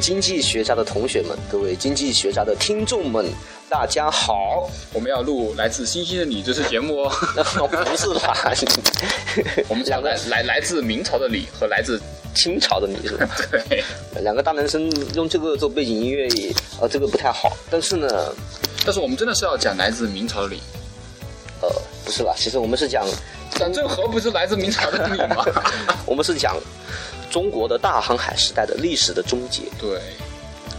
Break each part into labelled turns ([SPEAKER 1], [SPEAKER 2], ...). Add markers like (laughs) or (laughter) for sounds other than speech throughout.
[SPEAKER 1] 经济学家的同学们，各位经济学家的听众们，大家好。 (laughs)
[SPEAKER 2] 我们要录《来自星星的你》这次节目 (laughs) 哦。
[SPEAKER 1] 不是吧？
[SPEAKER 2] 我们讲
[SPEAKER 1] 两
[SPEAKER 2] 来
[SPEAKER 1] 个
[SPEAKER 2] 来来自明朝的你和来自
[SPEAKER 1] 清朝的你是吧？
[SPEAKER 2] (laughs) 对，
[SPEAKER 1] 两个大男生用这个做背景音乐也，呃，这个不太好。但是呢，
[SPEAKER 2] 但是我们真的是要讲来自明朝的你。
[SPEAKER 1] 呃，不是吧？其实我们是讲，
[SPEAKER 2] 蒋振和不是来自明朝的你吗？
[SPEAKER 1] 我们是讲中国的大航海时代的历史的终结。
[SPEAKER 2] (laughs) 对，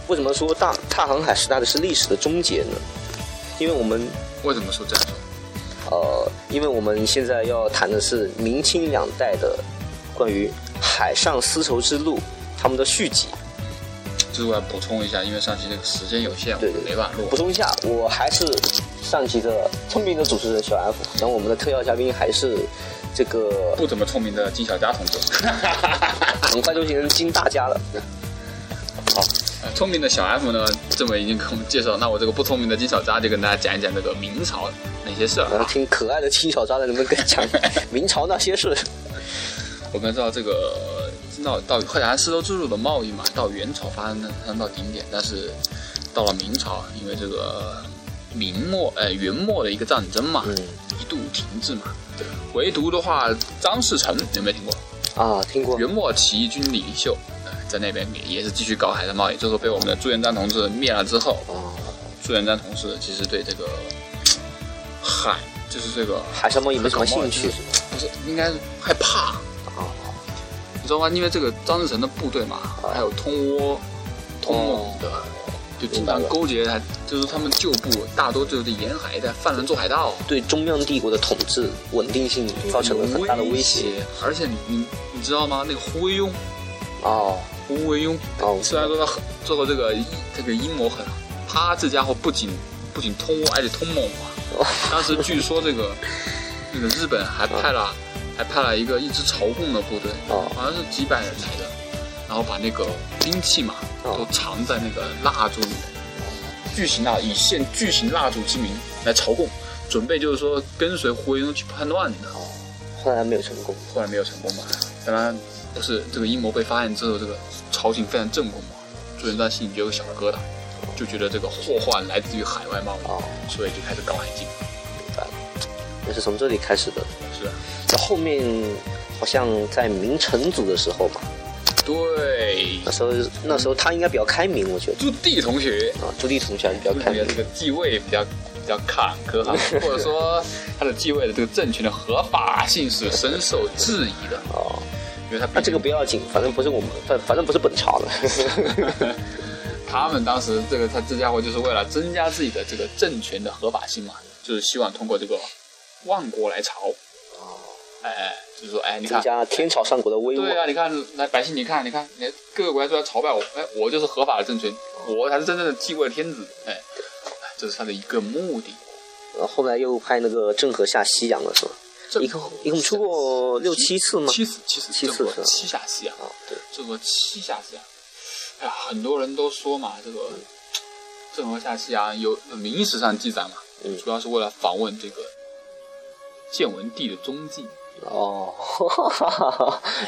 [SPEAKER 1] 为什么说大大航海时代的是历史的终结呢？因为我们
[SPEAKER 2] 为什么说这样说？
[SPEAKER 1] 呃，因为我们现在要谈的是明清两代的关于海上丝绸之路他们的续集。
[SPEAKER 2] 就是我要补充一下，因为上期这个时间有限，我
[SPEAKER 1] 对
[SPEAKER 2] 们没办法录
[SPEAKER 1] 补。充一下，我还是上期的聪明的主持人小 F，然后我们的特邀嘉宾还是这个
[SPEAKER 2] 不怎么聪明的金小佳同志， (laughs)
[SPEAKER 1] 很快就变成金大家了。
[SPEAKER 2] 呃聪明的小 F 呢，这么已经给我们介绍，那我这个不聪明的金小渣就跟大家讲一讲这个明朝哪些事儿啊
[SPEAKER 1] 然。后听可爱的青小渣在那边跟 (laughs) 讲明朝那些事。
[SPEAKER 2] 我们知道这个，知道到海南丝绸之路的贸易嘛，到元朝发展的发展到顶点，但是到了明朝，因为这个明末呃元末的一个战争嘛，
[SPEAKER 1] 嗯
[SPEAKER 2] 一度停滞嘛。唯独的话，张士诚有没有听过？
[SPEAKER 1] 啊，听过
[SPEAKER 2] 元末起义军领袖，呃在那边也也是继续搞海上贸易，最后被我们的朱元璋同志灭了之后，
[SPEAKER 1] 啊，
[SPEAKER 2] 朱元璋同志其实对这个海，就是这个
[SPEAKER 1] 海上贸易没什么
[SPEAKER 2] 海上
[SPEAKER 1] 兴
[SPEAKER 2] 贸易
[SPEAKER 1] 趣
[SPEAKER 2] 就是不是应该是害怕。
[SPEAKER 1] 啊，
[SPEAKER 2] 你知道吗？因为这个张士诚的部队嘛，
[SPEAKER 1] 哦
[SPEAKER 2] 还有通倭、通蒙的，就经常勾结，还就是他们旧部大多就是沿海在犯人做海盗，
[SPEAKER 1] 对中央帝国的统治稳定性造成了很大的
[SPEAKER 2] 威
[SPEAKER 1] 威胁。。
[SPEAKER 2] 而且你你你知道吗？那个胡惟庸，
[SPEAKER 1] 哦
[SPEAKER 2] 胡惟庸
[SPEAKER 1] 哦，
[SPEAKER 2] 虽然说他很做过这个这个阴谋很，他这家伙不仅不仅通倭，而且通蒙
[SPEAKER 1] 哦
[SPEAKER 2] 嘛。当时据说
[SPEAKER 1] (laughs)
[SPEAKER 2] 这个那个日本还派了还派了一个一支朝贡的部队，
[SPEAKER 1] 哦
[SPEAKER 2] 好像是几百人来的，然后把那个兵器嘛
[SPEAKER 1] 哦
[SPEAKER 2] 都藏在那个蜡烛里面，巨型蜡以献巨型蜡烛之名来朝贡，准备就是说跟随胡惟庸去叛乱的，
[SPEAKER 1] 后来没有成功。
[SPEAKER 2] 后来没有成功嘛。当然不是这个阴谋被发现之后，这个朝廷非常震恐嘛，朱元璋心里就有个小疙瘩，就觉得这个祸患来自于海外贸
[SPEAKER 1] 哦，
[SPEAKER 2] 易，所以就开始搞海禁，
[SPEAKER 1] 明白了，那是从这里开始的。
[SPEAKER 2] 是吧？
[SPEAKER 1] 这后面好像在明成祖的时候嘛，
[SPEAKER 2] 对，
[SPEAKER 1] 那时候那时候他应该比较开明，我觉得
[SPEAKER 2] 朱棣同学。
[SPEAKER 1] 啊，朱棣同学还是比较
[SPEAKER 2] 朱
[SPEAKER 1] 开
[SPEAKER 2] 棣
[SPEAKER 1] 明
[SPEAKER 2] 的这。个继位比较比较坎坷 (laughs) 哈，或者说他的继位的这个政权的合法性是深受质疑的，
[SPEAKER 1] 哦，
[SPEAKER 2] 因为他毕
[SPEAKER 1] 那
[SPEAKER 2] 竟
[SPEAKER 1] 这个不要紧，反正不是我们，反反正不是本朝的。
[SPEAKER 2] 他们当时这个他这家伙就是为了增加自己的这个政权的合法性嘛，就是希望通过这个万国来朝，哎哎，就是说哎，你
[SPEAKER 1] 增
[SPEAKER 2] 看。
[SPEAKER 1] 加天朝上国的威
[SPEAKER 2] 对
[SPEAKER 1] 望。
[SPEAKER 2] 啊，你看，来百姓，你看，你看，你看各个国家都在朝拜我，哎，我就是合法的政权，我才是真正的继位的天子，哎，哎这是他的一个目的。
[SPEAKER 1] 然后后来又派那个郑和下西洋了，是吧？
[SPEAKER 2] 这
[SPEAKER 1] 一共一共出过六七次吗？
[SPEAKER 2] 七次，七次，
[SPEAKER 1] 七次
[SPEAKER 2] 郑和
[SPEAKER 1] 是吧
[SPEAKER 2] 七下啊西洋，
[SPEAKER 1] 哦，对，
[SPEAKER 2] 郑和七下西洋。哎呀，很多人都说嘛，这个郑和下西洋有明史上记载嘛，
[SPEAKER 1] 嗯
[SPEAKER 2] 主要是为了访问这个建文帝的踪迹。
[SPEAKER 1] 哦，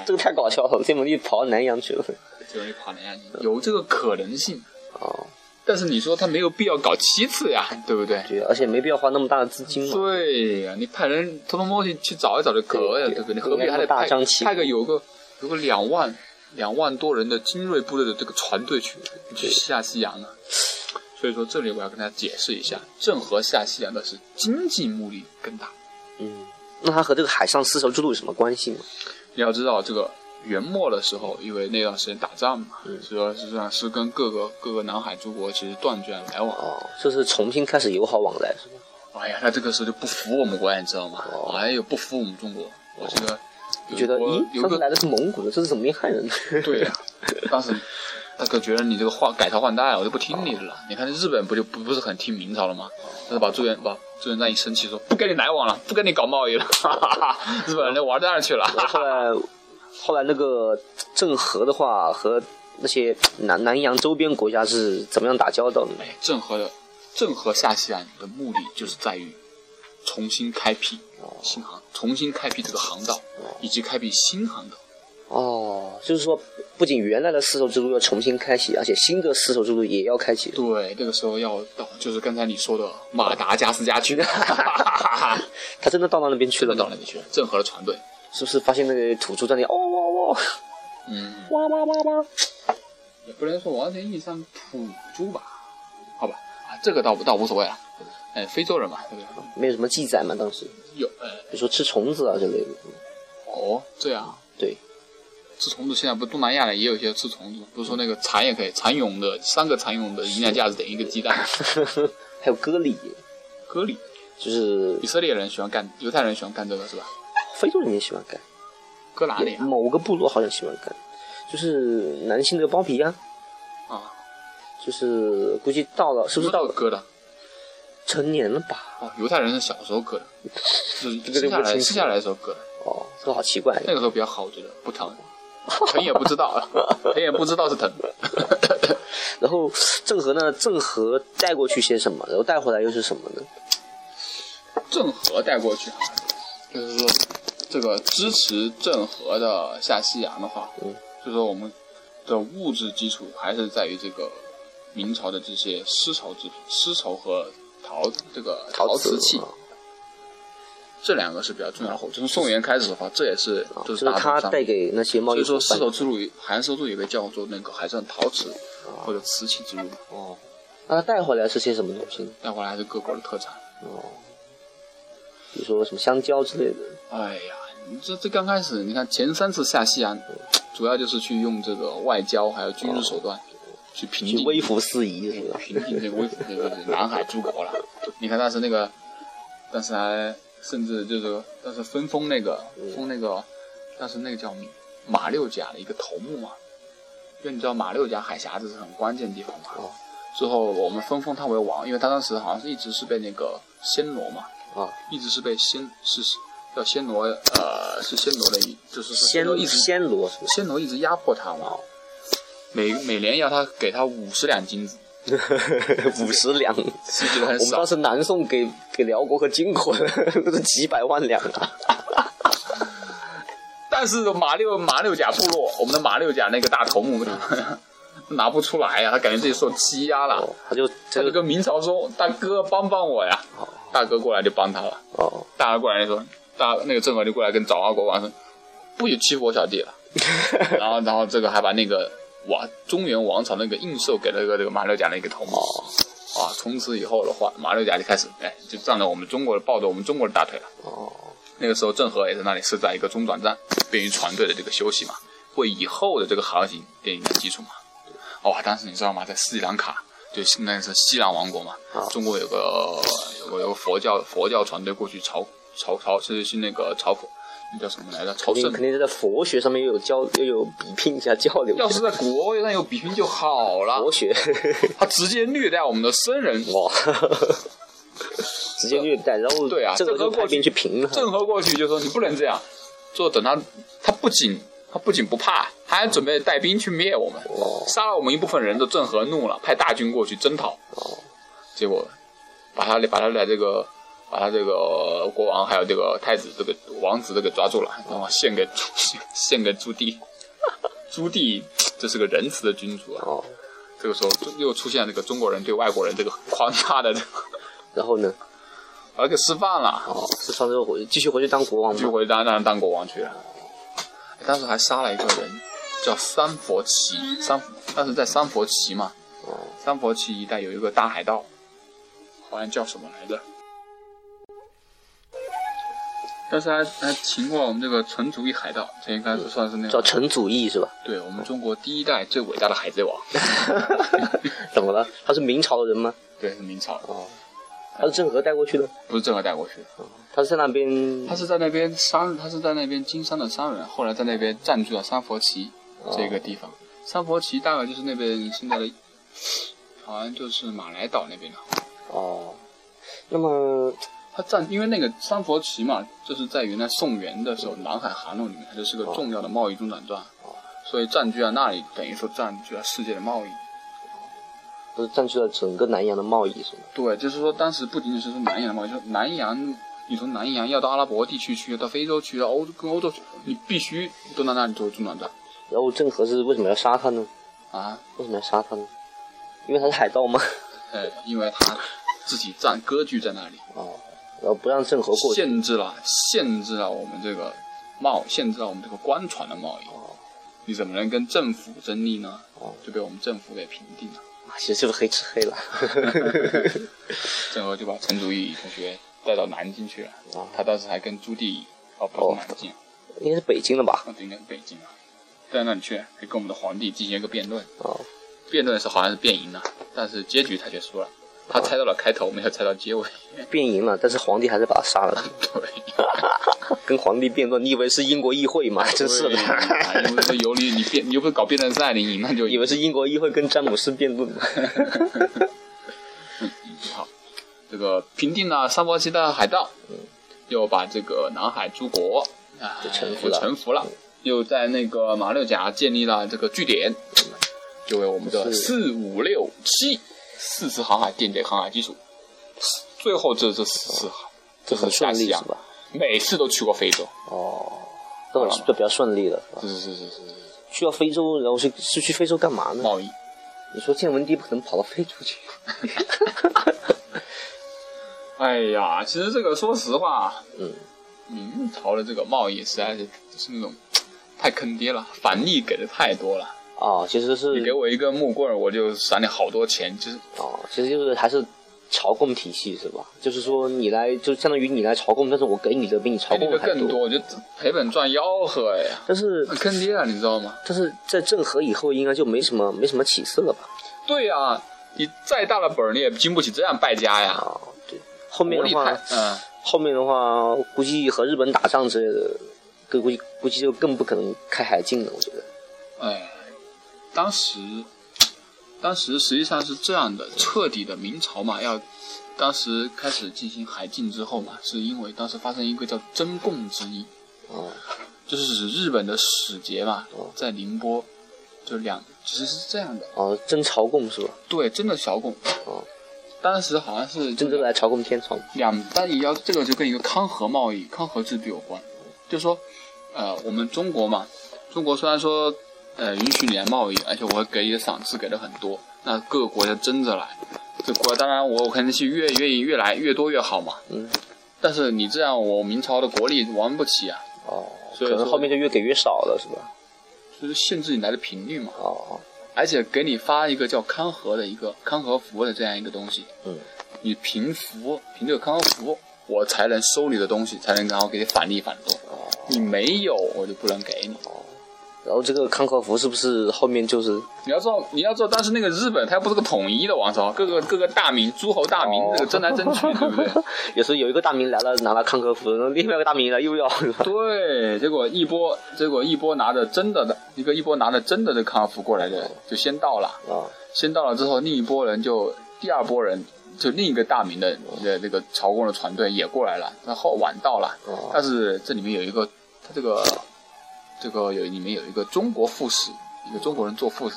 [SPEAKER 1] 这个太搞笑了，这门地跑到南洋去了。
[SPEAKER 2] 建文帝跑南洋去，有这个可能性，
[SPEAKER 1] 哦，
[SPEAKER 2] 但是你说他没有必要搞七次呀，对不对？
[SPEAKER 1] 对，而且没必要花那么大的资金嘛。
[SPEAKER 2] 对呀，你派人偷偷摸去去找一找就可以了，
[SPEAKER 1] 对
[SPEAKER 2] 对不对？你
[SPEAKER 1] 不
[SPEAKER 2] 何必
[SPEAKER 1] 应该
[SPEAKER 2] 还
[SPEAKER 1] 那
[SPEAKER 2] 得
[SPEAKER 1] 么大
[SPEAKER 2] 派
[SPEAKER 1] 张旗鼓
[SPEAKER 2] 派个有个有个两万两万多人的精锐部队的这个船队去去下西洋呢？啊所以说这里我要跟大家解释一下，郑和下西洋的是经济目的更大。
[SPEAKER 1] 嗯，那它和这个海上丝绸之路有什么关系吗？
[SPEAKER 2] 你要知道，这个元末的时候，因为那段时间打仗嘛，所以说实际上是跟各个各个南海诸国其实断绝了来往。
[SPEAKER 1] 哦，就是重新开始友好往来，是吧？
[SPEAKER 2] 哎呀，他这个时候就不服我们国家，你知道吗？
[SPEAKER 1] 哦
[SPEAKER 2] 哎呦，不服我们中国，我这个
[SPEAKER 1] 就觉得，
[SPEAKER 2] 有一
[SPEAKER 1] 咦上
[SPEAKER 2] 国，有一个
[SPEAKER 1] 次来的是蒙古的，这是怎么一汉人呢？ (laughs)
[SPEAKER 2] 对啊呀、 (laughs) 当时大哥觉得你这个换改朝换代啊，我就不听你的了。你看日本不就不不是很听明朝了吗？但是把朱元把朱元璋一生气说不跟你来往了，不跟你搞贸易了， (laughs) 哈哈哈，日本人就玩到那儿去了。
[SPEAKER 1] 后来，后来那个郑和的话和那些南南洋周边国家是怎么样打交道的呢？
[SPEAKER 2] 哎，郑和的郑和下西洋的目的就是在于重新开辟新航，重新开辟这个航道，以及开辟新航道。
[SPEAKER 1] 哦，就是说，不仅原来的丝绸之路要重新开启，而且新的丝绸之路也要开启。
[SPEAKER 2] 对，那个时候要到就是刚才你说的马达加斯加 (laughs) 去，
[SPEAKER 1] 他真的到到那边去了
[SPEAKER 2] 到
[SPEAKER 1] 吗？
[SPEAKER 2] 那边去了，郑和的船队。
[SPEAKER 1] 是不是发现那个土著在那里哦哇哇
[SPEAKER 2] 嗯，
[SPEAKER 1] (laughs) 哇哇哇哇？
[SPEAKER 2] 也不能说完全意义上土著吧，好吧，啊，这个倒倒无所谓了。哎，非洲人嘛，对不对？
[SPEAKER 1] 没有什么记载嘛，当时
[SPEAKER 2] 有，呃，
[SPEAKER 1] 比如说吃虫子啊之类的。
[SPEAKER 2] 哦，这样，
[SPEAKER 1] 对， (laughs)
[SPEAKER 2] 吃虫子现在不东南亚的也有一些吃虫子，不是说那个蚕也可以，蚕蛹的三个蚕蛹的营养价值等于一个鸡蛋。
[SPEAKER 1] 还有割礼，
[SPEAKER 2] 割礼，
[SPEAKER 1] 就是
[SPEAKER 2] 以色列人喜欢干，犹太人喜欢干这个是吧？
[SPEAKER 1] 非洲人也喜欢干，
[SPEAKER 2] 割哪里啊？
[SPEAKER 1] 某个部落好像喜欢干，就是男性的包皮啊，
[SPEAKER 2] 啊，
[SPEAKER 1] 就是估计到了是
[SPEAKER 2] 不
[SPEAKER 1] 不是
[SPEAKER 2] 知
[SPEAKER 1] 到
[SPEAKER 2] 道
[SPEAKER 1] 了
[SPEAKER 2] 割的。
[SPEAKER 1] 成年了吧？
[SPEAKER 2] 哦，犹太人是小时候割的，就
[SPEAKER 1] 个
[SPEAKER 2] 是生下
[SPEAKER 1] 不
[SPEAKER 2] 来
[SPEAKER 1] 清楚
[SPEAKER 2] 生下来的时候割的，
[SPEAKER 1] 哦，这个好奇怪。
[SPEAKER 2] 那个时候比较好，我觉得不疼，疼也不知道，啊疼也不知道是疼。
[SPEAKER 1] 然后郑和呢？郑和带过去些什么？然后带回来又是什么呢？
[SPEAKER 2] 郑和带过去啊，就是说这个支持郑和的下西洋的话，
[SPEAKER 1] 嗯
[SPEAKER 2] 就是说我们的物质基础还是在于这个明朝的这些丝绸制品，丝绸和陶这个陶瓷器
[SPEAKER 1] 啊
[SPEAKER 2] 这两个是比较重要的货。从宋元开始的话，这也是
[SPEAKER 1] 啊哦就
[SPEAKER 2] 就是是大
[SPEAKER 1] 他
[SPEAKER 2] 宗商
[SPEAKER 1] 带
[SPEAKER 2] 品。
[SPEAKER 1] 给那些贸
[SPEAKER 2] 所
[SPEAKER 1] 易
[SPEAKER 2] 以说
[SPEAKER 1] 伙
[SPEAKER 2] 丝
[SPEAKER 1] 伴
[SPEAKER 2] 绸之路也，韩丝绸之路也被叫做那个海上陶瓷或者瓷器之路，
[SPEAKER 1] 哦，那他带回来是些什么东西呢？
[SPEAKER 2] 带回来还是各国的特产。
[SPEAKER 1] 哦，比如说什么香蕉之类的。
[SPEAKER 2] 哎呀，你这这刚开始，你看前三次下西洋，主要就是去用这个外交还有军事手段、去平
[SPEAKER 1] 哦去
[SPEAKER 2] 定
[SPEAKER 1] 微服私仪是吧？
[SPEAKER 2] 平定这个威服这个南海诸国了。你看当时那个，当时还甚至就是当时分封那个
[SPEAKER 1] 嗯
[SPEAKER 2] 封那个，当时那个叫米马六甲的一个头目嘛，因为你知道马六甲海峡这是很关键的地方嘛。
[SPEAKER 1] 哦
[SPEAKER 2] 之后我们分封他为王，因为他当时好像是一直是被那个暹罗嘛，
[SPEAKER 1] 啊，
[SPEAKER 2] 一直是被暹是是叫暹罗，呃，是暹罗的一，就是说
[SPEAKER 1] 暹
[SPEAKER 2] 罗一直
[SPEAKER 1] 暹罗是吧？
[SPEAKER 2] 暹罗一直压迫他嘛，每每年要他给他五十两 (laughs) 金子，
[SPEAKER 1] (laughs) 五十两，
[SPEAKER 2] 是觉得很
[SPEAKER 1] 我们
[SPEAKER 2] 少
[SPEAKER 1] 当。时南宋给给辽国和金国 (laughs) 都是几百万两啊！
[SPEAKER 2] 但是马六马六甲部落，我们的马六甲那个大头目 (laughs) 拿不出来呀、啊他感觉自己受欺压了。
[SPEAKER 1] 哦，他就
[SPEAKER 2] 他
[SPEAKER 1] 他
[SPEAKER 2] 就
[SPEAKER 1] 就
[SPEAKER 2] 跟明朝说：“大哥，帮帮我呀！”大哥过来就帮他了。
[SPEAKER 1] 哦，
[SPEAKER 2] 大哥过来就说：“大那个郑和就过来跟爪哇国王说，不许欺负我小弟了。”然后，然后这个还把那个哇中原王朝那个印绶给了个这个马六甲的一个头目。啊，从此以后的话，马六甲就开始哎，就站着我们中国的，抱着我们中国的大腿了。
[SPEAKER 1] 哦，
[SPEAKER 2] 那个时候郑和也在那里设在一个中转站，便于船队的这个休息嘛，为以后的这个航行奠定了基础嘛。哇、当时你知道吗？在斯里兰卡，就现在是西兰王国嘛，中国有个有个有个佛教佛教船队过去朝朝朝是是那个朝普，那叫什么来着？朝
[SPEAKER 1] 肯定
[SPEAKER 2] 圣
[SPEAKER 1] 肯。定是在佛学上面又有交又有比拼一下交流一下，
[SPEAKER 2] 要是在国位上有比拼就好了
[SPEAKER 1] 佛，学 (laughs)
[SPEAKER 2] 他直接虐待我们的僧人。
[SPEAKER 1] 哇， (laughs) 直接虐待，然后
[SPEAKER 2] 对啊
[SPEAKER 1] 郑和
[SPEAKER 2] 郑
[SPEAKER 1] 就
[SPEAKER 2] 和过
[SPEAKER 1] 派兵
[SPEAKER 2] 去
[SPEAKER 1] 去平他，
[SPEAKER 2] 郑和过去就说你不能这样，就等他，他不仅他不仅不怕，他还准备带兵去灭我们，
[SPEAKER 1] 哦
[SPEAKER 2] 杀了我们一部分人的郑和怒了，派大军过去征讨，
[SPEAKER 1] 哦
[SPEAKER 2] 结果把他把他的这个把他这个国王还有这个太子这个王子都给抓住了，然后献给 (laughs) 献给朱棣，朱棣这是个仁慈的君主啊。
[SPEAKER 1] 哦，
[SPEAKER 2] 这个时候又出现了这个中国人对外国人这个宽大的这个，
[SPEAKER 1] 然后呢？
[SPEAKER 2] 把他给释放了。
[SPEAKER 1] 哦，是上周回继续回去当国王
[SPEAKER 2] 就
[SPEAKER 1] 吗？
[SPEAKER 2] 回当当当国王去了。当时还杀了一个人，叫三佛齐。三当时在三佛齐嘛，
[SPEAKER 1] 哦
[SPEAKER 2] 三佛齐一带有一个大海盗，好像叫什么来着？当时还还擒过我们这个陈祖义海盗，这应该是算是那
[SPEAKER 1] 叫
[SPEAKER 2] 个
[SPEAKER 1] 陈祖义是吧？ (laughs)
[SPEAKER 2] 对我们中国第一代最伟大的海贼王。
[SPEAKER 1] 怎么了？他是明朝的人吗？
[SPEAKER 2] 对，是明朝的，
[SPEAKER 1] 哦，他是郑和带过去的，
[SPEAKER 2] 不是郑和带过去的。
[SPEAKER 1] 他是在那边
[SPEAKER 2] 他是在那边商，他是在那边经商的商人，后来在那边占据了三佛齐这个地方。三佛齐大概就是那边现在的，好像就是马来岛那边的。
[SPEAKER 1] 哦。那么
[SPEAKER 2] 他占，因为那个三佛齐嘛，就是在原来宋元的时候，南海航路里面，它就是个重要的贸易中转站，所以占据了那里，等于说占据了世界的贸易。
[SPEAKER 1] 不是占据了整个南洋的贸易是吗？
[SPEAKER 2] 对，就是说当时不仅仅是说南洋的贸易，就是南洋你从南洋要到阿拉伯地区去，要到非洲去，要欧洲跟欧洲去，你必须都到那里做中转站
[SPEAKER 1] 然后郑和是为什么要杀他呢？
[SPEAKER 2] 啊！
[SPEAKER 1] 为什么要杀他呢？因为他是海盗吗？
[SPEAKER 2] 呃，因为他自己占割据在那里，
[SPEAKER 1] 哦，然后不让郑和过去。
[SPEAKER 2] 限制了限制了我们这个贸，限制了我们这个官船的贸易。
[SPEAKER 1] 哦
[SPEAKER 2] 你怎么能跟政府争利呢
[SPEAKER 1] 哦？
[SPEAKER 2] 就被我们政府给平定了。
[SPEAKER 1] 啊其实就是黑吃黑了。
[SPEAKER 2] 郑和就把陈祖义同学带到南京去了
[SPEAKER 1] 哦。
[SPEAKER 2] 他当时还跟朱棣，哦，不
[SPEAKER 1] 哦
[SPEAKER 2] 是南京，
[SPEAKER 1] 应该是北京的吧？
[SPEAKER 2] 那就应该是北京啊，带到那里去，可以跟我们的皇帝进行一个辩论。
[SPEAKER 1] 哦，
[SPEAKER 2] 辩论的时候好像是辩赢了，但是结局他却输了。
[SPEAKER 1] 哦
[SPEAKER 2] 他猜到了开头，没有猜到结尾。 (laughs)
[SPEAKER 1] 辩赢了，但是皇帝还是把他杀了。 (laughs)
[SPEAKER 2] 对，
[SPEAKER 1] 跟皇帝辩论，你以为是英国议会吗？真是的，
[SPEAKER 2] 对啊因为这有理，你辩，你又不是搞辩论赛，你赢那就
[SPEAKER 1] 以为是英国议会跟詹姆斯辩论吗？
[SPEAKER 2] 好，这个平定了三波西的海盗，又把这个南海诸国啊
[SPEAKER 1] 嗯就臣服了嗯
[SPEAKER 2] 又臣服了，又在那个马六甲建立了这个据点，就为我们的
[SPEAKER 1] 是
[SPEAKER 2] 四五六七四次航海奠定航海基础。最后这这四次航，
[SPEAKER 1] 哦这 (laughs) 很顺利
[SPEAKER 2] 这
[SPEAKER 1] 是
[SPEAKER 2] 很大西
[SPEAKER 1] 吧？
[SPEAKER 2] 洋啊每次都去过非洲，
[SPEAKER 1] 哦，这很这比较顺利了，是吧？
[SPEAKER 2] 是是是是是
[SPEAKER 1] 去到非洲，然后是是去非洲干嘛呢？
[SPEAKER 2] 贸易。
[SPEAKER 1] 你说建文帝不可能跑到非洲去，
[SPEAKER 2] 哎呀，其实这个说实话，
[SPEAKER 1] 嗯，
[SPEAKER 2] 明朝的这个贸易实在是就是那种太坑爹了，返利给的太多了。
[SPEAKER 1] 哦，其实
[SPEAKER 2] 你给
[SPEAKER 1] 是
[SPEAKER 2] 我一根木棍儿，我就赏你好多钱，就是
[SPEAKER 1] 哦，其实就是还是朝贡体系是吧？就是说你来就相当于你来朝贡，但是我给你的比你朝
[SPEAKER 2] 赔你
[SPEAKER 1] 贡
[SPEAKER 2] 的
[SPEAKER 1] 还
[SPEAKER 2] 更多，我觉得赔本赚吆喝呀，
[SPEAKER 1] 但是
[SPEAKER 2] 很坑爹啊，你知道吗？
[SPEAKER 1] 但是在郑和以后，应该就没什么没什么起色了吧？
[SPEAKER 2] 对呀、你再大的本儿，你也经不起这样败家呀。
[SPEAKER 1] 啊，对，后面
[SPEAKER 2] 国
[SPEAKER 1] 的
[SPEAKER 2] 力
[SPEAKER 1] 话
[SPEAKER 2] 太，嗯，
[SPEAKER 1] 后面的话，估计和日本打仗之类的，更估计估计就更不可能开海禁了。我觉得，
[SPEAKER 2] 哎，当时，当时实际上是这样的，彻底的明朝嘛，要当时开始进行海禁之后嘛，是因为当时发生一个叫征贡之役，
[SPEAKER 1] 哦，
[SPEAKER 2] 就是指日本的使节嘛
[SPEAKER 1] 哦，
[SPEAKER 2] 在宁波，就两其实是这样的，
[SPEAKER 1] 哦，真朝贡是吧？
[SPEAKER 2] 对，真的小贡。
[SPEAKER 1] 哦，
[SPEAKER 2] 当时好像是
[SPEAKER 1] 真正来朝贡天朝。
[SPEAKER 2] 两，但你要这个就跟一个康和贸易、康和制度有关，就说，呃，我们中国嘛，中国虽然说，呃，允许你来贸易，而且我会给你的赏赐给的很多，那各个国家争着来，这国当然我肯定是越愿意越来越多越好嘛，
[SPEAKER 1] 嗯，
[SPEAKER 2] 但是你这样我明朝的国力玩不起啊，
[SPEAKER 1] 哦，
[SPEAKER 2] 所
[SPEAKER 1] 可
[SPEAKER 2] 以说
[SPEAKER 1] 能后面就越给越少了是吧？
[SPEAKER 2] 就是限制你来的频率嘛，
[SPEAKER 1] 哦，
[SPEAKER 2] 而且给你发一个叫康和的一个康和符的这样一个东西，
[SPEAKER 1] 嗯，
[SPEAKER 2] 你凭符，凭这个康和符，我才能收你的东西，才能然后给你返利返多。你没有，我就不能给你。
[SPEAKER 1] 然后这个康和福是不是后面就是
[SPEAKER 2] 你要知道，你要知道，当时那个日本，它又不是个统一的王朝，各个各个大名，诸侯大名，
[SPEAKER 1] 哦
[SPEAKER 2] 这个争来争去，对不对？
[SPEAKER 1] 有时候有一个大明来了拿了康和福，然后另外一个大明来又要，
[SPEAKER 2] 对，结果一波，结果一波拿着真的的，一个一波拿着真的这康和符过来的，就先到了。
[SPEAKER 1] 啊，
[SPEAKER 2] 先到了之后，另一波人就第二波人就另一个大明的呃那个朝贡的船队也过来了，然后晚到了
[SPEAKER 1] 哦。
[SPEAKER 2] 但是这里面有一个他这个这个有里面有一个中国副使，一个中国人做副使，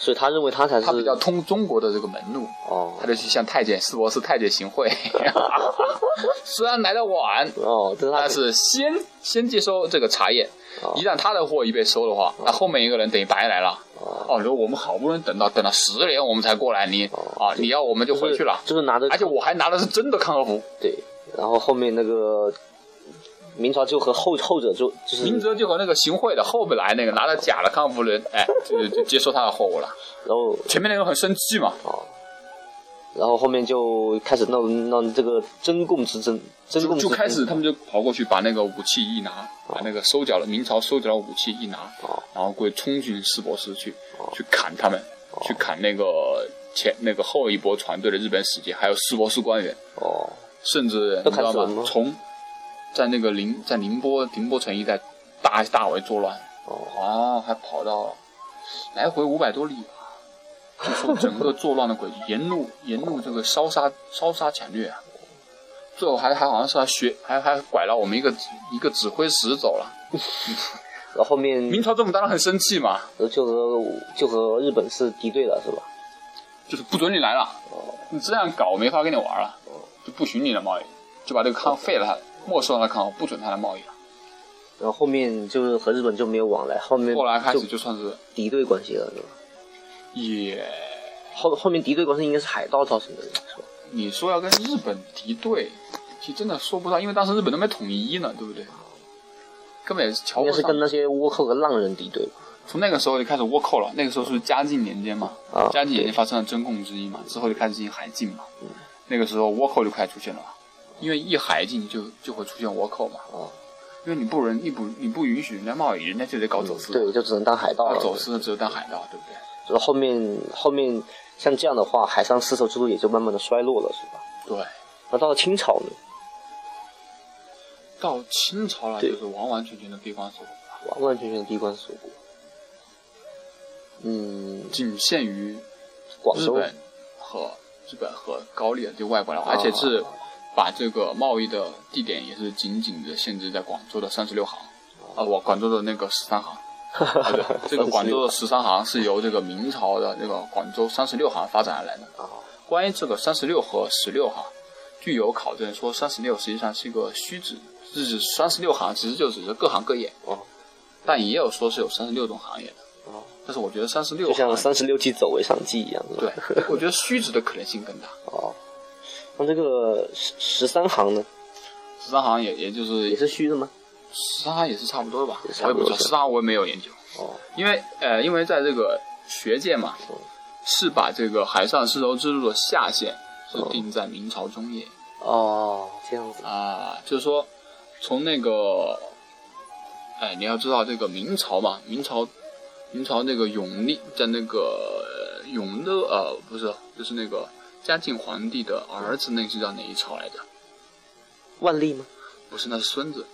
[SPEAKER 1] 所以他认为他才是
[SPEAKER 2] 他比较通中国的这个门路，
[SPEAKER 1] 哦
[SPEAKER 2] 他就去向太监斯博士太监行
[SPEAKER 1] (laughs)
[SPEAKER 2] 贿， (laughs) 虽然来的晚。
[SPEAKER 1] 哦，但是他
[SPEAKER 2] 但是先先接收这个茶叶，
[SPEAKER 1] 哦
[SPEAKER 2] 一旦他的货一被收的话，那后面一个人等于白来了。哦，如果我们好不容易等到等到十年我们才过来，你啊，你要我们就回去了哎
[SPEAKER 1] 就是，就是拿着
[SPEAKER 2] 而且我还拿的是真的康和符，
[SPEAKER 1] 对，然后后面那个明朝就和后后者就就是
[SPEAKER 2] 明哲就和那个行贿的后边来那个拿着假的康和符的人，哎，就就接收他的货物了。
[SPEAKER 1] 然后
[SPEAKER 2] 前面那个很生气嘛，
[SPEAKER 1] 然后后面就开始闹闹这个争贡之争，争
[SPEAKER 2] 就
[SPEAKER 1] 贡之
[SPEAKER 2] 就
[SPEAKER 1] 争
[SPEAKER 2] 开始他们就跑过去把那个武器一拿，把那个收缴了明朝收缴了武器一拿
[SPEAKER 1] 哦，
[SPEAKER 2] 然后过去冲进世博斯去去砍他们，去砍那个前那个后一波船队的日本使节，还有世博斯官员，
[SPEAKER 1] 哦
[SPEAKER 2] 甚至
[SPEAKER 1] 都
[SPEAKER 2] 你
[SPEAKER 1] 砍
[SPEAKER 2] 知道
[SPEAKER 1] 死人吗
[SPEAKER 2] 吗？从在那个宁在宁波宁波城一带大大为作乱，
[SPEAKER 1] 哦
[SPEAKER 2] 啊，还跑到来回五百多里吧。就说整个作乱的轨迹， (laughs) 沿路沿路这个烧杀烧杀抢掠啊，最后还还好像是还学还还拐了我们一个一个指挥使走了。
[SPEAKER 1] 然后后面
[SPEAKER 2] 明朝政府当然很生气嘛，
[SPEAKER 1] 就和就和日本是敌对了是吧？
[SPEAKER 2] 就是不准你来了，你这样搞我没法跟你玩了，就不许你了贸易。就把这个康废了他，没收了康，不准他来贸易了。
[SPEAKER 1] 然后后面就是和日本就没有往来，后面
[SPEAKER 2] 后来开始
[SPEAKER 1] 就
[SPEAKER 2] 就算是
[SPEAKER 1] 敌对关系了，对吧？
[SPEAKER 2] 也，
[SPEAKER 1] 后后面敌对关系应该是海盗造成的，是吧？
[SPEAKER 2] 你说要跟日本敌对，其实真的说不上，因为当时日本都没统一呢，对不对？根本也是瞧
[SPEAKER 1] 应
[SPEAKER 2] 不
[SPEAKER 1] 该是
[SPEAKER 2] 上
[SPEAKER 1] 跟。那些倭寇和浪人敌对吧？
[SPEAKER 2] 从那个时候就开始倭寇了，那个时候是嘉靖年间嘛，
[SPEAKER 1] 啊，
[SPEAKER 2] 嘉靖年间发生了中共之一嘛，之后就开始进行海禁嘛
[SPEAKER 1] 嗯，
[SPEAKER 2] 那个时候倭寇就开始出现了嘛，因为一海禁就就会出现倭寇嘛，
[SPEAKER 1] 啊，
[SPEAKER 2] 因为你不人你不你不允许人家贸易，人家就得搞走私，
[SPEAKER 1] 对，就只能当海盗
[SPEAKER 2] 那
[SPEAKER 1] 了。
[SPEAKER 2] 走私的只有当海盗，对不对？
[SPEAKER 1] 就是后面后面像这样的话，海上丝绸之路也就慢慢的衰落了，是吧？
[SPEAKER 2] 对，
[SPEAKER 1] 那到了清朝呢，
[SPEAKER 2] 到清朝了
[SPEAKER 1] 对
[SPEAKER 2] 就是完完全全的闭关锁国了，
[SPEAKER 1] 完完全全闭关锁国。嗯，
[SPEAKER 2] 仅限于
[SPEAKER 1] 广
[SPEAKER 2] 日
[SPEAKER 1] 州
[SPEAKER 2] 本和日本和高丽就外国了，而
[SPEAKER 1] 啊
[SPEAKER 2] 且是把这个贸易的地点也是紧紧的限制在广州的三十六行，啊，我广州的那个十三
[SPEAKER 1] (laughs)
[SPEAKER 2] 行。啊对，这个广州的十三行是由这个明朝的那个广州三十六行发展而来的。
[SPEAKER 1] 啊，
[SPEAKER 2] 关于这个三十六和十六行，据有考证说，三十六实际上是一个虚指，是指三十六行其实就只是各行各业。
[SPEAKER 1] 哦，
[SPEAKER 2] 但也有说是有三十六种行业的。
[SPEAKER 1] 哦，
[SPEAKER 2] 但是我觉得三十六
[SPEAKER 1] 就像
[SPEAKER 2] 行
[SPEAKER 1] 三十六计走为上计一样，是吧
[SPEAKER 2] 对，我觉得虚指的可能性更大。
[SPEAKER 1] 哦，那这个十十三行呢，
[SPEAKER 2] 十三行也也就是
[SPEAKER 1] 也是虚的吗？
[SPEAKER 2] 十三行也是差不多吧
[SPEAKER 1] 也，差
[SPEAKER 2] 我
[SPEAKER 1] 不
[SPEAKER 2] 也
[SPEAKER 1] 多
[SPEAKER 2] 不知道十三行我也没有研究，
[SPEAKER 1] 哦，
[SPEAKER 2] 因为呃，因为在这个学界嘛
[SPEAKER 1] 嗯，
[SPEAKER 2] 是把这个海上丝绸之路的下限是
[SPEAKER 1] 嗯
[SPEAKER 2] 定在明朝中叶
[SPEAKER 1] 哦，这样子，
[SPEAKER 2] 啊、就是说从那个，哎，你要知道这个明朝嘛，明朝明朝那个永历在那个呃永乐呃不是就是那个嘉靖皇帝的儿子，那个是叫哪一朝来着？
[SPEAKER 1] 万历吗？
[SPEAKER 2] 不是，那是孙子，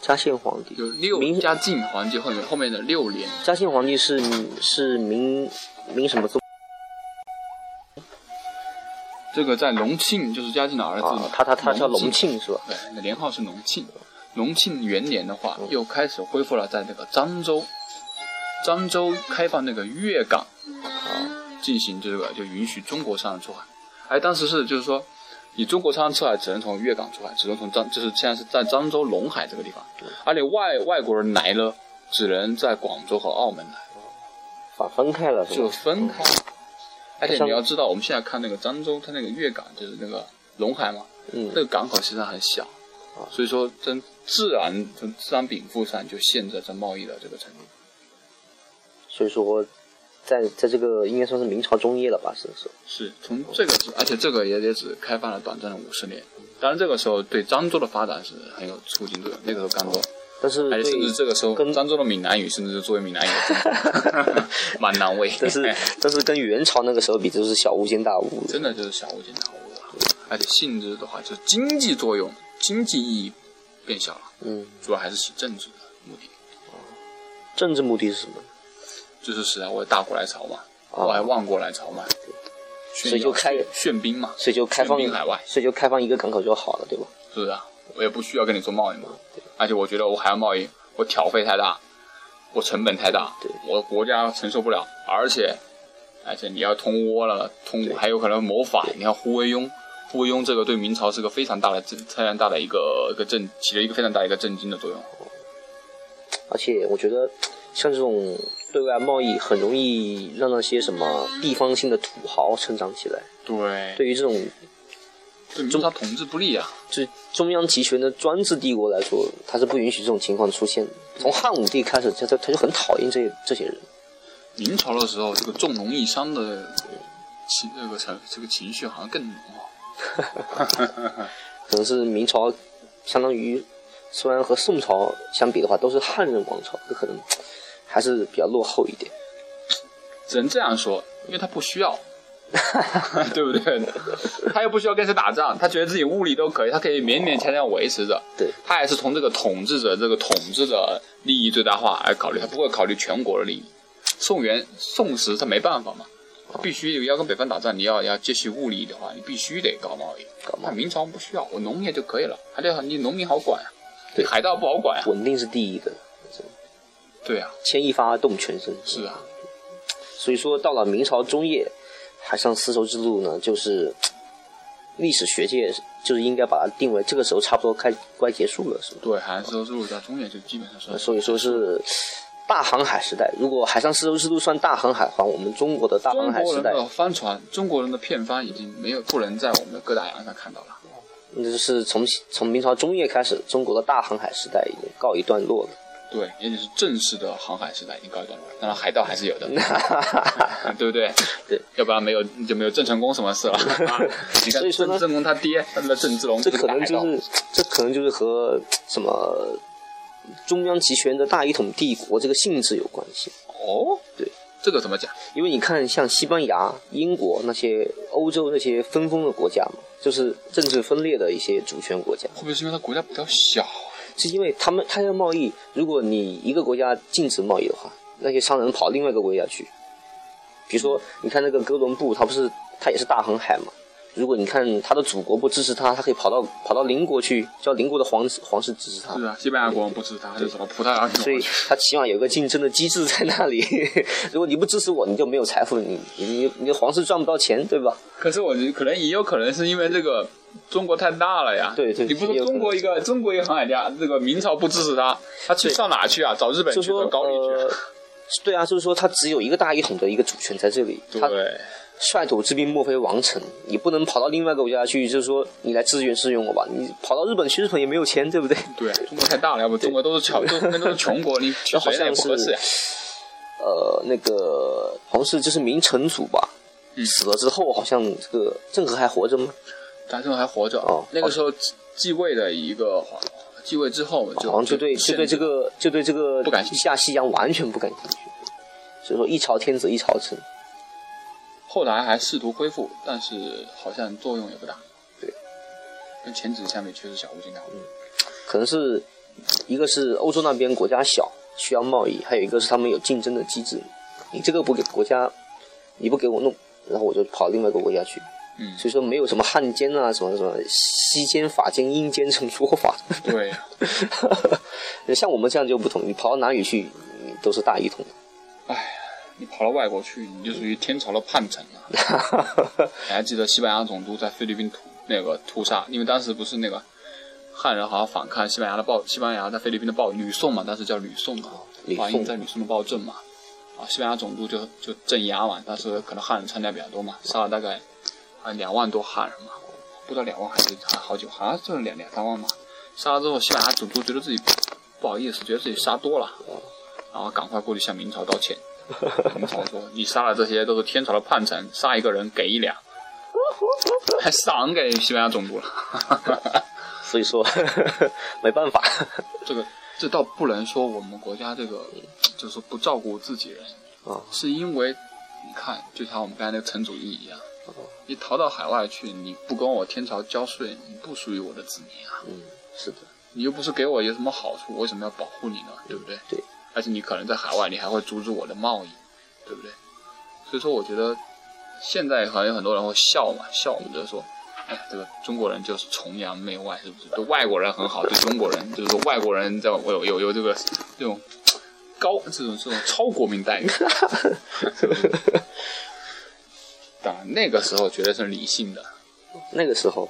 [SPEAKER 1] 嘉庆皇帝，
[SPEAKER 2] 有六
[SPEAKER 1] 明
[SPEAKER 2] 嘉靖皇帝后面后面的六年。
[SPEAKER 1] 嘉庆皇帝是是明明什么宗
[SPEAKER 2] 这个在隆庆，就是嘉靖的儿子嘛
[SPEAKER 1] 啊？他他他叫隆
[SPEAKER 2] 隆，
[SPEAKER 1] 庆是吧？
[SPEAKER 2] 对，那年号是隆庆。隆庆元年的话，又开始恢复了在这个漳州，漳州开放那个粤港，啊，进行这个就允许中国商人出海。哎，当时是就是说，你中国商人出海只能从粤港出海，只能从漳，就是现在是在漳州龙海这个地方，而且外外国人来了，只能在广州和澳门来。
[SPEAKER 1] 反分开了是
[SPEAKER 2] 就
[SPEAKER 1] 吧？
[SPEAKER 2] 分开。而且
[SPEAKER 1] 像
[SPEAKER 2] 你要知道，我们现在看那个漳州，它那个粤港就是那个龙海嘛，
[SPEAKER 1] 嗯
[SPEAKER 2] 那，个港口实际上很小，
[SPEAKER 1] 啊
[SPEAKER 2] 所以说真自然从自然禀赋上就限制在贸易的这个程度。
[SPEAKER 1] 所以说，在在这个应该算是明朝中叶了吧，是不是？
[SPEAKER 2] 是
[SPEAKER 1] 哦
[SPEAKER 2] 从这个，而且这个也也只开放了短暂的五十年。当然，这个时候对漳州的发展是很有促进作用。那个时候漳州，
[SPEAKER 1] 但是
[SPEAKER 2] 而且甚至
[SPEAKER 1] 哦对，
[SPEAKER 2] 这个时候
[SPEAKER 1] 跟
[SPEAKER 2] 漳州的闽南语，甚至是作为闽南语的 (laughs) 中国，蛮
[SPEAKER 1] (laughs)
[SPEAKER 2] 难为。
[SPEAKER 1] 但
[SPEAKER 2] (laughs)
[SPEAKER 1] 是但是跟元朝那个时候比，就是小巫见大巫了。
[SPEAKER 2] 真的就是小巫见大巫了。而且性质的话，就是经济作用、经济意义变小了，
[SPEAKER 1] 嗯，
[SPEAKER 2] 主要还是起政治的目的。
[SPEAKER 1] 政治目的是什么？
[SPEAKER 2] 就是时代为大国来朝嘛，
[SPEAKER 1] 哦
[SPEAKER 2] 我还万国来朝嘛，
[SPEAKER 1] 所
[SPEAKER 2] 炫
[SPEAKER 1] 以就
[SPEAKER 2] 耀
[SPEAKER 1] 开，
[SPEAKER 2] 炫兵嘛，
[SPEAKER 1] 所以就开放
[SPEAKER 2] 喧宾海外
[SPEAKER 1] 所以就开放一个港口就好了，对吧？
[SPEAKER 2] 是不是啊？我也不需要跟你做贸易嘛，而且我觉得我海洋贸易，我挑费太大，我成本太大
[SPEAKER 1] 对，
[SPEAKER 2] 我国家承受不了，而且而且你要通倭了，通还有可能谋反，你看胡惟庸。胡惟庸这个对明朝是个非常大的震，非常大的一个一个震，起了一个非常大的一个震惊的作用。
[SPEAKER 1] 而且我觉得，像这种对外贸易，很容易让那些什么地方性的土豪成长起来。
[SPEAKER 2] 对，
[SPEAKER 1] 对于这种
[SPEAKER 2] 对明朝统治不利啊，
[SPEAKER 1] 就是中央集权的专制帝国来说，它是不允许这种情况出现的。从汉武帝开始，他他他就很讨厌这这些人。
[SPEAKER 2] 明朝的时候，这个重农抑商的呃情，这个情这个情绪好像更浓哦。
[SPEAKER 1] 可能是明朝，相当于虽然和宋朝相比的话，都是汉人王朝，这可能还是比较落后一点。
[SPEAKER 2] 只能这样说，因为他不需要， (laughs) 对不对？他又不需要跟谁打仗，他觉得自己物力都可以，他可以勉勉强强维持着。
[SPEAKER 1] 对，
[SPEAKER 2] 他也是从这个统治者这个统治的利益最大化而考虑，他不会考虑全国的利益。宋元、宋时他没办法嘛，他必须要跟北方打仗，你要要接续物力的话，你必须得搞贸易。
[SPEAKER 1] 搞贸
[SPEAKER 2] 那
[SPEAKER 1] 易
[SPEAKER 2] 明朝不需要，我农业就可以了，还得你农民好管啊，
[SPEAKER 1] 对
[SPEAKER 2] 海盗不好管啊。
[SPEAKER 1] 稳定是第一的，
[SPEAKER 2] 对啊，
[SPEAKER 1] 牵一发动全身。
[SPEAKER 2] 是啊，
[SPEAKER 1] 所以说，到了明朝中叶，海上丝绸之路呢，就是历史学界就是应该把它定为这个时候差不多该该结束了，是吧？
[SPEAKER 2] 对，海上丝绸之路到中原就基本上算是
[SPEAKER 1] 所以说是大航海时代。如果海上丝绸之路算大航海的话，我们中国的大航
[SPEAKER 2] 中
[SPEAKER 1] 海
[SPEAKER 2] 国
[SPEAKER 1] 时
[SPEAKER 2] 人啊
[SPEAKER 1] 代
[SPEAKER 2] 的帆船，中国人的片帆已经没有不能在我们的各大洋上看到了。
[SPEAKER 1] 那就是从从明朝中叶开始，中国的大航海时代已经告一段落了。
[SPEAKER 2] 对，也就是正式的航海时代已经告一段落了，当然海盗还是有的，对不对？
[SPEAKER 1] (laughs) 对，
[SPEAKER 2] 要不然没有就没有郑成功什么事了。啊你看
[SPEAKER 1] 所以
[SPEAKER 2] 郑
[SPEAKER 1] 说呢
[SPEAKER 2] 郑成功他爹，他的郑芝龙，
[SPEAKER 1] 这可能
[SPEAKER 2] 是个
[SPEAKER 1] 就
[SPEAKER 2] 海盗
[SPEAKER 1] 是，这可能就是和什么中央集权的大一统帝国这个性质有关系。
[SPEAKER 2] 哦，
[SPEAKER 1] 对，
[SPEAKER 2] 这个怎么讲？
[SPEAKER 1] 因为你看，像西班牙、英国那些欧洲那些分封的国家嘛，就是政治分裂的一些主权国家，
[SPEAKER 2] 会不会是因为他国家比较小？
[SPEAKER 1] 是因为他们他要贸易，如果你一个国家禁止贸易的话，那些商人跑另外一个国家去。比如说，你看那个哥伦布，他不是他也是大航海嘛？如果你看他的祖国不支持他，他可以跑到跑到邻国去，叫邻国的皇室皇室支持他。
[SPEAKER 2] 是啊，西班牙国王不支持他，还是什么葡萄牙
[SPEAKER 1] 所
[SPEAKER 2] 国
[SPEAKER 1] 以
[SPEAKER 2] 王？
[SPEAKER 1] 它起码有个竞争的机制在那里。 (laughs) 如果你不支持我，你就没有财富，你你你的皇室赚不到钱，对吧？
[SPEAKER 2] 可是我觉得可能也有可能是因为这个中国太大了呀。
[SPEAKER 1] 对对
[SPEAKER 2] 你不
[SPEAKER 1] 也有
[SPEAKER 2] 说
[SPEAKER 1] 可能
[SPEAKER 2] 中国一个中国一个航海家，这个明朝不支持他，他去上哪去啊？找日本
[SPEAKER 1] 就
[SPEAKER 2] 去，
[SPEAKER 1] 说
[SPEAKER 2] 找高丽去
[SPEAKER 1] 呃
[SPEAKER 2] 啊。，
[SPEAKER 1] 对啊，就是说它只有一个大一统的一个主权在这里，它
[SPEAKER 2] 对，
[SPEAKER 1] 率土之滨莫非王臣，你不能跑到另外一个国家去，就是说你来支援支援我吧，你跑到日本去，日本也没有钱，对不对？ (laughs)
[SPEAKER 2] 对，中国太大了，要不中国都是穷，都那都是穷国，你去
[SPEAKER 1] 好
[SPEAKER 2] 谁那也
[SPEAKER 1] 像
[SPEAKER 2] 不
[SPEAKER 1] 是
[SPEAKER 2] 合适呀。
[SPEAKER 1] 呃，那个好像是就是明成祖吧，
[SPEAKER 2] 嗯
[SPEAKER 1] 死了之后好像这个郑和还活着吗？
[SPEAKER 2] 咱这还活着
[SPEAKER 1] 哦，
[SPEAKER 2] 那个时候继继位的一个皇，继位之后就
[SPEAKER 1] 好像就对就
[SPEAKER 2] 限
[SPEAKER 1] 对这
[SPEAKER 2] 制
[SPEAKER 1] 个就对这个
[SPEAKER 2] 不感兴趣
[SPEAKER 1] 下西洋完全不感兴趣，所以说一朝天子一朝臣。
[SPEAKER 2] 后来还试图恢复，但是好像作用也不大。
[SPEAKER 1] 对，
[SPEAKER 2] 跟前指相比，确实小巫见大巫。
[SPEAKER 1] 可能是一个是欧洲那边国家小需要贸易，还有一个是他们有竞争的机制，你这个不给国家，你不给我弄，然后我就跑另外一个国家去。
[SPEAKER 2] 嗯
[SPEAKER 1] 所以说没有什么汉奸啊，什么什么西奸、法奸、阴奸这种说法。 (laughs)
[SPEAKER 2] 对，
[SPEAKER 1] 像我们这样就不同，你跑到哪里去，你都是大一统。
[SPEAKER 2] 你跑到外国去，你就属于天朝的叛臣了。
[SPEAKER 1] (laughs)
[SPEAKER 2] 你还记得西班牙总督在菲律宾屠那个屠杀，因为当时不是那个汉人好像反抗西班牙的暴，西班牙在菲律宾的暴吕宋嘛，当时叫吕宋嘛，
[SPEAKER 1] 哦吕
[SPEAKER 2] 反
[SPEAKER 1] 宋
[SPEAKER 2] 映在吕宋的暴政嘛。啊，西班牙总督就就镇压嘛，当时可能汉人参加比较多嘛，杀了大概啊两万多汉人嘛，不到两万还是还好久，好像就是两两三万嘛。杀了之后，西班牙总督觉得自己不好意思，觉得自己杀多了，
[SPEAKER 1] 哦
[SPEAKER 2] 然后赶快过去向明朝道歉。明朝说：“ (laughs) 你杀了这些都是天朝的叛臣，杀一个人给一两，还赏给西班牙总督了。
[SPEAKER 1] 所以说 (laughs) 没办法，
[SPEAKER 2] 这个这倒不能说我们国家这个就是说不照顾自己人
[SPEAKER 1] 啊
[SPEAKER 2] 是因为你看，就像我们刚才那个陈祖义一样，你逃到海外去，你不跟我天朝交税，你不属于我的子民啊，
[SPEAKER 1] 嗯，是的，
[SPEAKER 2] 你又不是给我有什么好处，我为什么要保护你呢？对不对？
[SPEAKER 1] 对，
[SPEAKER 2] 而且你可能在海外，你还会阻止我的贸易，对不对？所以说，我觉得现在好像有很多人会笑嘛，笑我们就是说，哎，这个中国人就是崇洋媚外，是不是？对外国人很好，对中国人就是说外国人在有有有这个这种高这种这种超国民待遇。是不是 (laughs) 当然，那个时候绝对是理性的，
[SPEAKER 1] 那个时候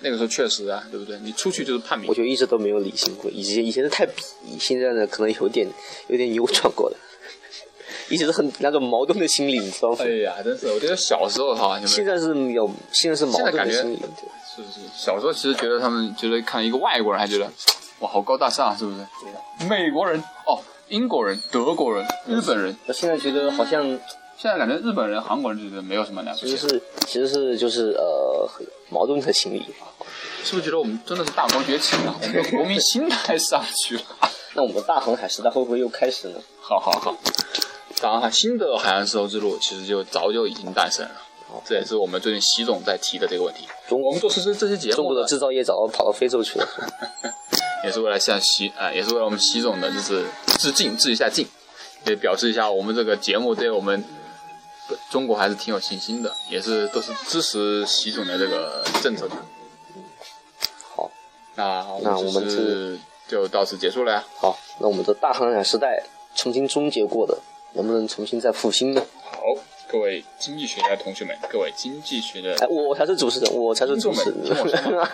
[SPEAKER 2] 那个时候确实啊，对不对？你出去就是叛民
[SPEAKER 1] 我，就一直都没有理性过，以前以前是太鄙夷，现在呢可能有点有点扭转过来，一直是很那种矛盾的心理，你知道吗
[SPEAKER 2] 哎？呀，真是，我觉得小时候哈，你们
[SPEAKER 1] 现在是有现在是矛盾的心理，对
[SPEAKER 2] 是是，小时候其实觉得他们觉得看一个外国人还觉得，哇，好高大上，啊是不是？美国人哦，英国人、德国人、日本人，
[SPEAKER 1] 我现在觉得好像
[SPEAKER 2] 现在感觉日本人、韩国人就觉得没有什么了不
[SPEAKER 1] 其
[SPEAKER 2] 起
[SPEAKER 1] 实，是其实是就是呃矛盾的心理。
[SPEAKER 2] 是不是觉得我们真的是大国崛起了？我们的国民心态上去了。
[SPEAKER 1] 那我们大航海时代会不会又开始呢？
[SPEAKER 2] 好好好，当然，新的海岸丝绸之路其实就早就已经诞生了
[SPEAKER 1] 好。
[SPEAKER 2] 这也是我们最近习总在提的这个问题。
[SPEAKER 1] 中
[SPEAKER 2] 我们做这这这些节
[SPEAKER 1] 中
[SPEAKER 2] 目
[SPEAKER 1] 国
[SPEAKER 2] 呢
[SPEAKER 1] 的，制造业早跑到非洲去了，
[SPEAKER 2] 也是为了向习啊、也是为了我们习总的就是致敬，致一下敬，也表示一下我们这个节目对我们中国还是挺有信心的，也是都是支持习总的这个政策的。
[SPEAKER 1] 好，
[SPEAKER 2] 那
[SPEAKER 1] 那
[SPEAKER 2] 我
[SPEAKER 1] 我们
[SPEAKER 2] 们是就到此结束了呀。
[SPEAKER 1] 好，那我们的大航海时代重新终结过的，能不能重新再复兴呢？
[SPEAKER 2] 好，各位经济学家同学们，各位经济学的
[SPEAKER 1] 哎，我才是主持人，我才是主持
[SPEAKER 2] 听众们听
[SPEAKER 1] 人。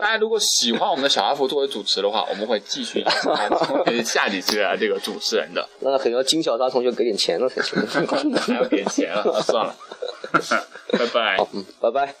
[SPEAKER 2] 大家如果喜欢我们的小阿福作为主持的话，我们会
[SPEAKER 1] (laughs)
[SPEAKER 2] 继续呃成为 (laughs) 下几期啊的这个主持人的，
[SPEAKER 1] 那可能要金小达同学给点钱了才行。
[SPEAKER 2] 啊还要给钱了，算了，拜拜。
[SPEAKER 1] (laughs) 好，嗯，拜拜。